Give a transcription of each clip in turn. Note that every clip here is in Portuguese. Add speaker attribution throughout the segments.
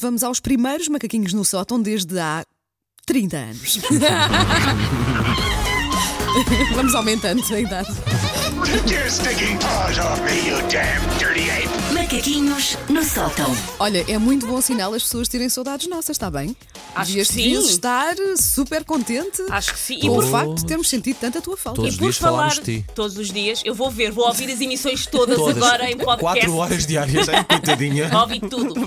Speaker 1: Vamos aos primeiros macaquinhos no sótão desde há 30 anos. Vamos aumentando a idade.
Speaker 2: Take your stinking paws off me, you damn dirty ape!
Speaker 3: Macaquinhos no sótão.
Speaker 1: Olha, é muito bom sinal as pessoas terem saudades nossas, está bem?
Speaker 4: Acho
Speaker 1: devias,
Speaker 4: que sim.
Speaker 1: devias estar super contente
Speaker 4: Acho que sim. E
Speaker 1: com
Speaker 4: por,
Speaker 1: o facto de termos sentido tanto a tua falta.
Speaker 4: e
Speaker 5: Todos os
Speaker 4: por
Speaker 5: dias
Speaker 4: falar
Speaker 5: falámos de ti.
Speaker 4: todos os dias, eu vou ver, vou ouvir as emissões todas,
Speaker 5: Todas.
Speaker 4: agora em podcast.
Speaker 5: Quatro horas diárias, ai, coitadinha.
Speaker 4: Ouvi tudo.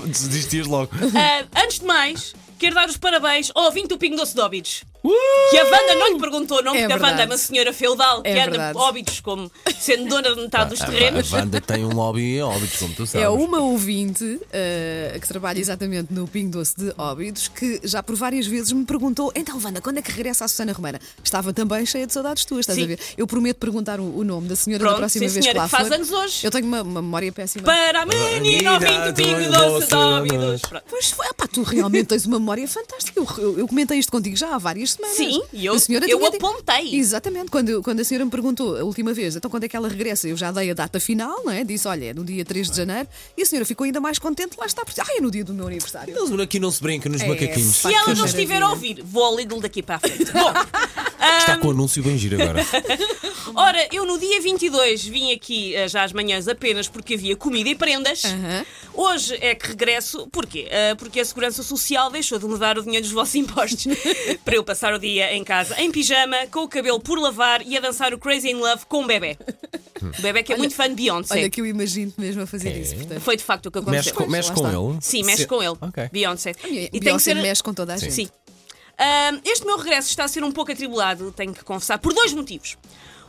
Speaker 5: Desistias logo.
Speaker 4: Ah, antes de mais, quero dar os parabéns ao ouvinte do Pingo Doce de Óbidos. Que a Wanda não lhe perguntou o nome,
Speaker 1: É
Speaker 4: porque a
Speaker 1: verdade.
Speaker 4: Wanda é uma senhora feudal que
Speaker 1: É
Speaker 4: anda
Speaker 1: verdade.
Speaker 4: por Óbidos como sendo dona de metade
Speaker 5: Ah,
Speaker 4: dos terrenos.
Speaker 5: A Wanda tem um lobby em óbitos, como tu sabes.
Speaker 1: É uma ouvinte eh, que trabalha exatamente no Pingo Doce de Óbidos que já por várias vezes me perguntou: então, Wanda, quando é que regressa a Susana Romana? Estava também cheia de saudades tuas, estás
Speaker 4: Sim.
Speaker 1: a ver? Eu prometo perguntar o, o nome da senhora da
Speaker 4: Pronto,
Speaker 1: próxima
Speaker 4: sim,
Speaker 1: vez
Speaker 4: senhora,
Speaker 1: que lá
Speaker 4: que faz
Speaker 1: for.
Speaker 4: anos hoje.
Speaker 1: Eu tenho uma, uma memória péssima.
Speaker 4: Para
Speaker 5: ah,
Speaker 4: a menina ouvinte do Pingo Doce de Óbidos. Pronto.
Speaker 1: Pois foi, pá, tu realmente tens uma memória fantástica. Eu, eu- eu comentei isto contigo já há várias semanas.
Speaker 4: Sim, e eu-
Speaker 1: A senhora
Speaker 4: eu
Speaker 1: tinha dito-
Speaker 4: apontei.
Speaker 1: Exatamente, quando, quando a senhora me perguntou a última vez, então quando é que ela regressa, eu já dei a data final, não é? Disse, olha, é no dia 3 de janeiro, e a senhora ficou ainda mais contente, lá está, porque, ah, é no dia do meu aniversário.
Speaker 5: Eles aqui não se brinca nos
Speaker 1: É,
Speaker 5: macaquinhos.
Speaker 1: pá,
Speaker 4: Se ela não
Speaker 1: maravilha.
Speaker 4: estiver a ouvir, vou ao Lidl daqui para a frente. Bom,
Speaker 5: Está com o anúncio bem giro agora.
Speaker 4: Ora, eu no dia 22 vim aqui eh, já às manhãs apenas porque havia comida e prendas.
Speaker 1: Aham.
Speaker 4: Hoje é que regresso. Porquê? Eh, porque a Segurança Social deixou de me dar o dinheiro dos vossos impostos para eu passar o dia em casa em pijama, com o cabelo por lavar e a dançar o Crazy in Love com o bebê. O bebê que é muito fã de Beyoncé.
Speaker 1: Olha, que eu imagino-te mesmo a fazer
Speaker 5: É.
Speaker 1: isso, portanto.
Speaker 4: Foi de facto o que
Speaker 5: Mexe
Speaker 4: aconteceu.
Speaker 5: com, mexe
Speaker 1: lá
Speaker 5: com
Speaker 1: está.
Speaker 5: ele?
Speaker 4: Sim, mexe
Speaker 5: Se-
Speaker 4: com ele.
Speaker 5: Ok.
Speaker 4: Beyoncé. E
Speaker 1: E
Speaker 4: tem que ser.
Speaker 1: mexe com toda a gente.
Speaker 4: Sim. Ahm, este meu regresso está a ser um pouco atribulado, tenho que confessar, por dois motivos.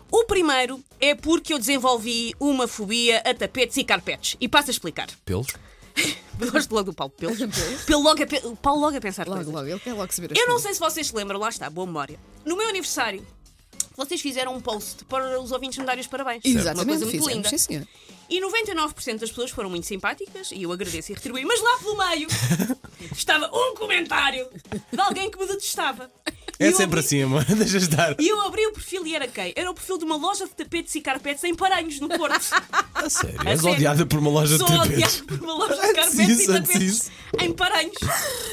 Speaker 4: O primeiro é porque eu desenvolvi uma fobia a tapetes e carpetes. E passo a explicar.
Speaker 5: Pelos?
Speaker 4: Gosto logo do Paulo Pelos. Pelo logo a pe- o Paulo logo a pensar
Speaker 1: Logo,
Speaker 4: coisas.
Speaker 1: logo, ele quer logo saber as
Speaker 4: Eu não
Speaker 1: coisas.
Speaker 4: sei se vocês se lembram, lá está, boa memória. No meu aniversário, vocês fizeram um post para os ouvintes me darem os parabéns. Uma
Speaker 1: Exatamente,
Speaker 4: coisa muito
Speaker 1: fizemos,
Speaker 4: linda.
Speaker 1: sim, senhora.
Speaker 4: E 99% das pessoas foram muito simpáticas e eu agradeço e retribuí. Mas lá pelo meio estava um comentário de alguém que me detestava. E
Speaker 5: É
Speaker 4: eu abri-
Speaker 5: sempre assim, amor. Deixa estar.
Speaker 4: E eu abri o perfil e era quem? Era o perfil de uma loja de tapetes e carpetes em Paranhos, no Porto.
Speaker 5: A sério.
Speaker 4: A É
Speaker 5: És
Speaker 4: sério.
Speaker 5: É odiada por uma loja de
Speaker 4: Sou
Speaker 5: tapetes.
Speaker 4: odiado por uma loja de carpetes
Speaker 5: isso,
Speaker 4: e
Speaker 5: antes
Speaker 4: tapetes
Speaker 5: isso.
Speaker 4: em Paranhos.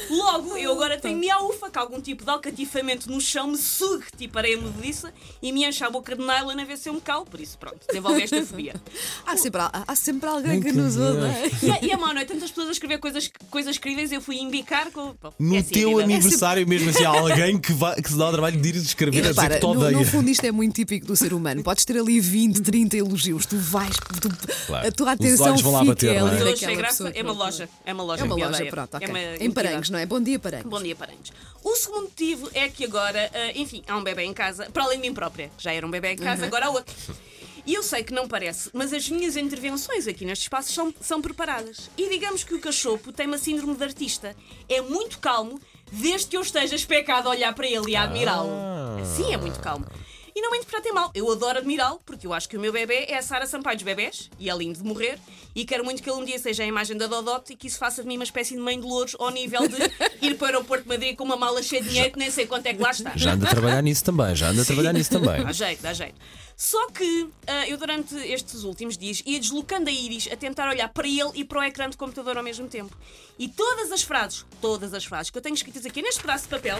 Speaker 4: Logo, eu agora tenho minha ufa que algum tipo de alcatifamento no chão me sugue, tipo areia movediça, e me enche a boca de nylon a ver se eu me calo. Por isso, pronto, desenvolve esta fobia.
Speaker 1: Há sempre, al- há sempre alguém que
Speaker 5: Nunca
Speaker 1: nos
Speaker 5: mais.
Speaker 1: odeia.
Speaker 4: E é, e é mau, não é? Tantas pessoas a escrever coisas, coisas críveis, eu fui imbicar com. Bom,
Speaker 5: No
Speaker 4: é assim a
Speaker 5: teu
Speaker 4: vida.
Speaker 5: aniversário, mesmo assim, há alguém que, vai, que se dá o trabalho de ir
Speaker 1: E
Speaker 5: escrever a dizer
Speaker 1: repara,
Speaker 5: que te
Speaker 1: no,
Speaker 5: odeia.
Speaker 1: no fundo isto é muito típico do ser humano. Podes ter ali 20, 30 elogios, tu vais, tu-
Speaker 5: Claro.
Speaker 1: a tua
Speaker 5: Os olhos
Speaker 1: atenção
Speaker 5: vão lá
Speaker 1: fica
Speaker 5: bater, não é?
Speaker 1: ali
Speaker 4: Eu achei
Speaker 5: Todos
Speaker 1: naquela
Speaker 4: graça,
Speaker 1: pessoa.
Speaker 4: é uma loja. É uma loja.
Speaker 1: É uma
Speaker 4: que me
Speaker 1: loja,
Speaker 4: odeia.
Speaker 1: pronto, ok.
Speaker 4: uma
Speaker 1: em
Speaker 4: entidade.
Speaker 1: Paranhos, não é? Bom dia, Paranhos.
Speaker 4: Bom dia, Paranhos. O segundo motivo é que agora, ah, enfim, há um bebê em casa, para além de mim própria. Já era um bebê em
Speaker 1: Uhum.
Speaker 4: casa, agora há outro. E eu sei que não parece, mas as minhas intervenções aqui neste espaço são, são preparadas. E digamos que o cachopo tem uma síndrome de artista. É muito calmo, desde que eu esteja especado a olhar para ele e a admirá-lo. Sim, é muito calmo. E não me interpretem mal, eu adoro admirá-lo, porque eu acho que o meu bebê é a Sara Sampaio dos bebés, e é lindo de morrer, e quero muito que ele um dia seja a imagem da Dodote e que isso faça de mim uma espécie de mãe de louros ao nível de ir para o Porto de Madrid com uma mala cheia de dinheiro que nem sei quanto é que lá está.
Speaker 5: Já anda a trabalhar nisso também, já anda a trabalhar nisso também.
Speaker 4: Dá jeito, dá jeito. Só que ah, eu durante estes últimos dias ia deslocando a íris a tentar olhar para ele e para o ecrã do computador ao mesmo tempo. E todas as frases, todas as frases que eu tenho escritas aqui neste pedaço de papel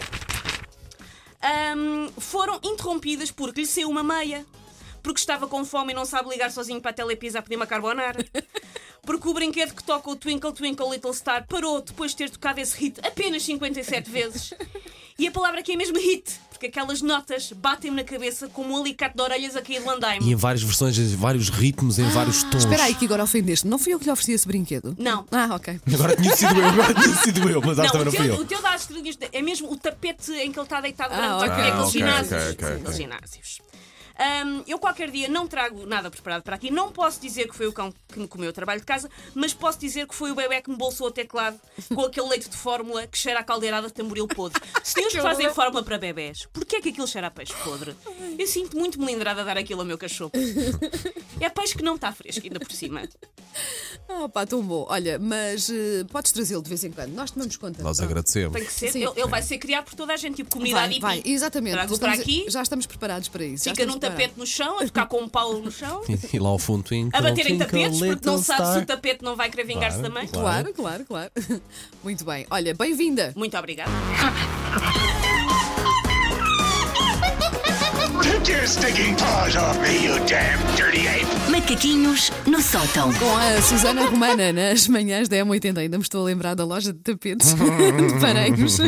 Speaker 4: ahm, foram interrompidas porque lhe saiu uma meia. Porque estava com fome e não sabe ligar sozinho para a telepisa a pedir uma carbonara. Porque o brinquedo que toca o Twinkle Twinkle Little Star parou depois de ter tocado esse hit apenas 57 vezes. E a palavra aqui é mesmo hit, porque aquelas notas batem-me na cabeça como um alicate de orelhas a cair de
Speaker 5: E em
Speaker 4: landaime.
Speaker 5: várias versões, em vários ritmos, em vários tons.
Speaker 1: Espera aí que agora ofendeste. Não fui eu que lhe ofereci esse brinquedo?
Speaker 4: Não.
Speaker 1: Ah, ok.
Speaker 5: Agora tinha sido eu, agora tinha sido eu, mas acho que
Speaker 4: Não,
Speaker 5: também
Speaker 4: o
Speaker 5: não fui
Speaker 4: teu,
Speaker 5: eu.
Speaker 4: o teu das estrelinhas é mesmo o tapete em que ele está deitado
Speaker 1: Ah,
Speaker 4: durante
Speaker 1: ok.
Speaker 4: é aqueles
Speaker 5: Ah, ok,
Speaker 4: ginásios.
Speaker 5: ok, ok,
Speaker 4: Sim, aqueles ginásios. Ahm, eu qualquer dia não trago nada preparado para aqui. Não posso dizer que foi o cão que me comeu o trabalho de casa, mas posso dizer que foi o bebê que me bolsou o teclado com aquele leite de fórmula que cheira a caldeirada de tamboril podre. Senhores que fazem fórmula para bebés, porquê é que aquilo cheira a peixe podre? Eu sinto muito melindrada a dar aquilo ao meu cachorro. É peixe que não está fresco, ainda por cima.
Speaker 1: Ah, pá, tão bom. Olha, mas eh, podes trazê-lo de vez em quando. Nós tomamos conta.
Speaker 5: Nós
Speaker 1: Pronto.
Speaker 5: agradecemos.
Speaker 4: Tem que ser.
Speaker 1: Sim.
Speaker 4: Ele, ele vai ser criado por toda a gente, tipo comunidade
Speaker 1: Vai,
Speaker 4: hippie.
Speaker 1: vai, exatamente.
Speaker 4: Trago
Speaker 1: Estamos
Speaker 4: para
Speaker 1: a-
Speaker 4: aqui.
Speaker 1: já estamos preparados para isso. Já
Speaker 4: Fica num
Speaker 1: estamos
Speaker 4: tapete no chão, a tocar com um pau no chão,
Speaker 5: E lá ao fundo, twinkle,
Speaker 4: a bater em
Speaker 5: twinkle,
Speaker 4: tapetes, porque não
Speaker 5: little
Speaker 4: sabe se
Speaker 5: star.
Speaker 4: o tapete não vai querer vingar-se
Speaker 5: Claro,
Speaker 4: também.
Speaker 1: Claro, claro, claro. Muito bem. Olha, bem-vinda.
Speaker 4: Muito obrigada.
Speaker 2: Take your stinking paws off me, you damn dirty ape!
Speaker 3: Macaquinhos no sótão.
Speaker 1: Com a Susana Romana nas manhãs da M80. Ainda me estou a lembrar da loja de tapetes de Pareios.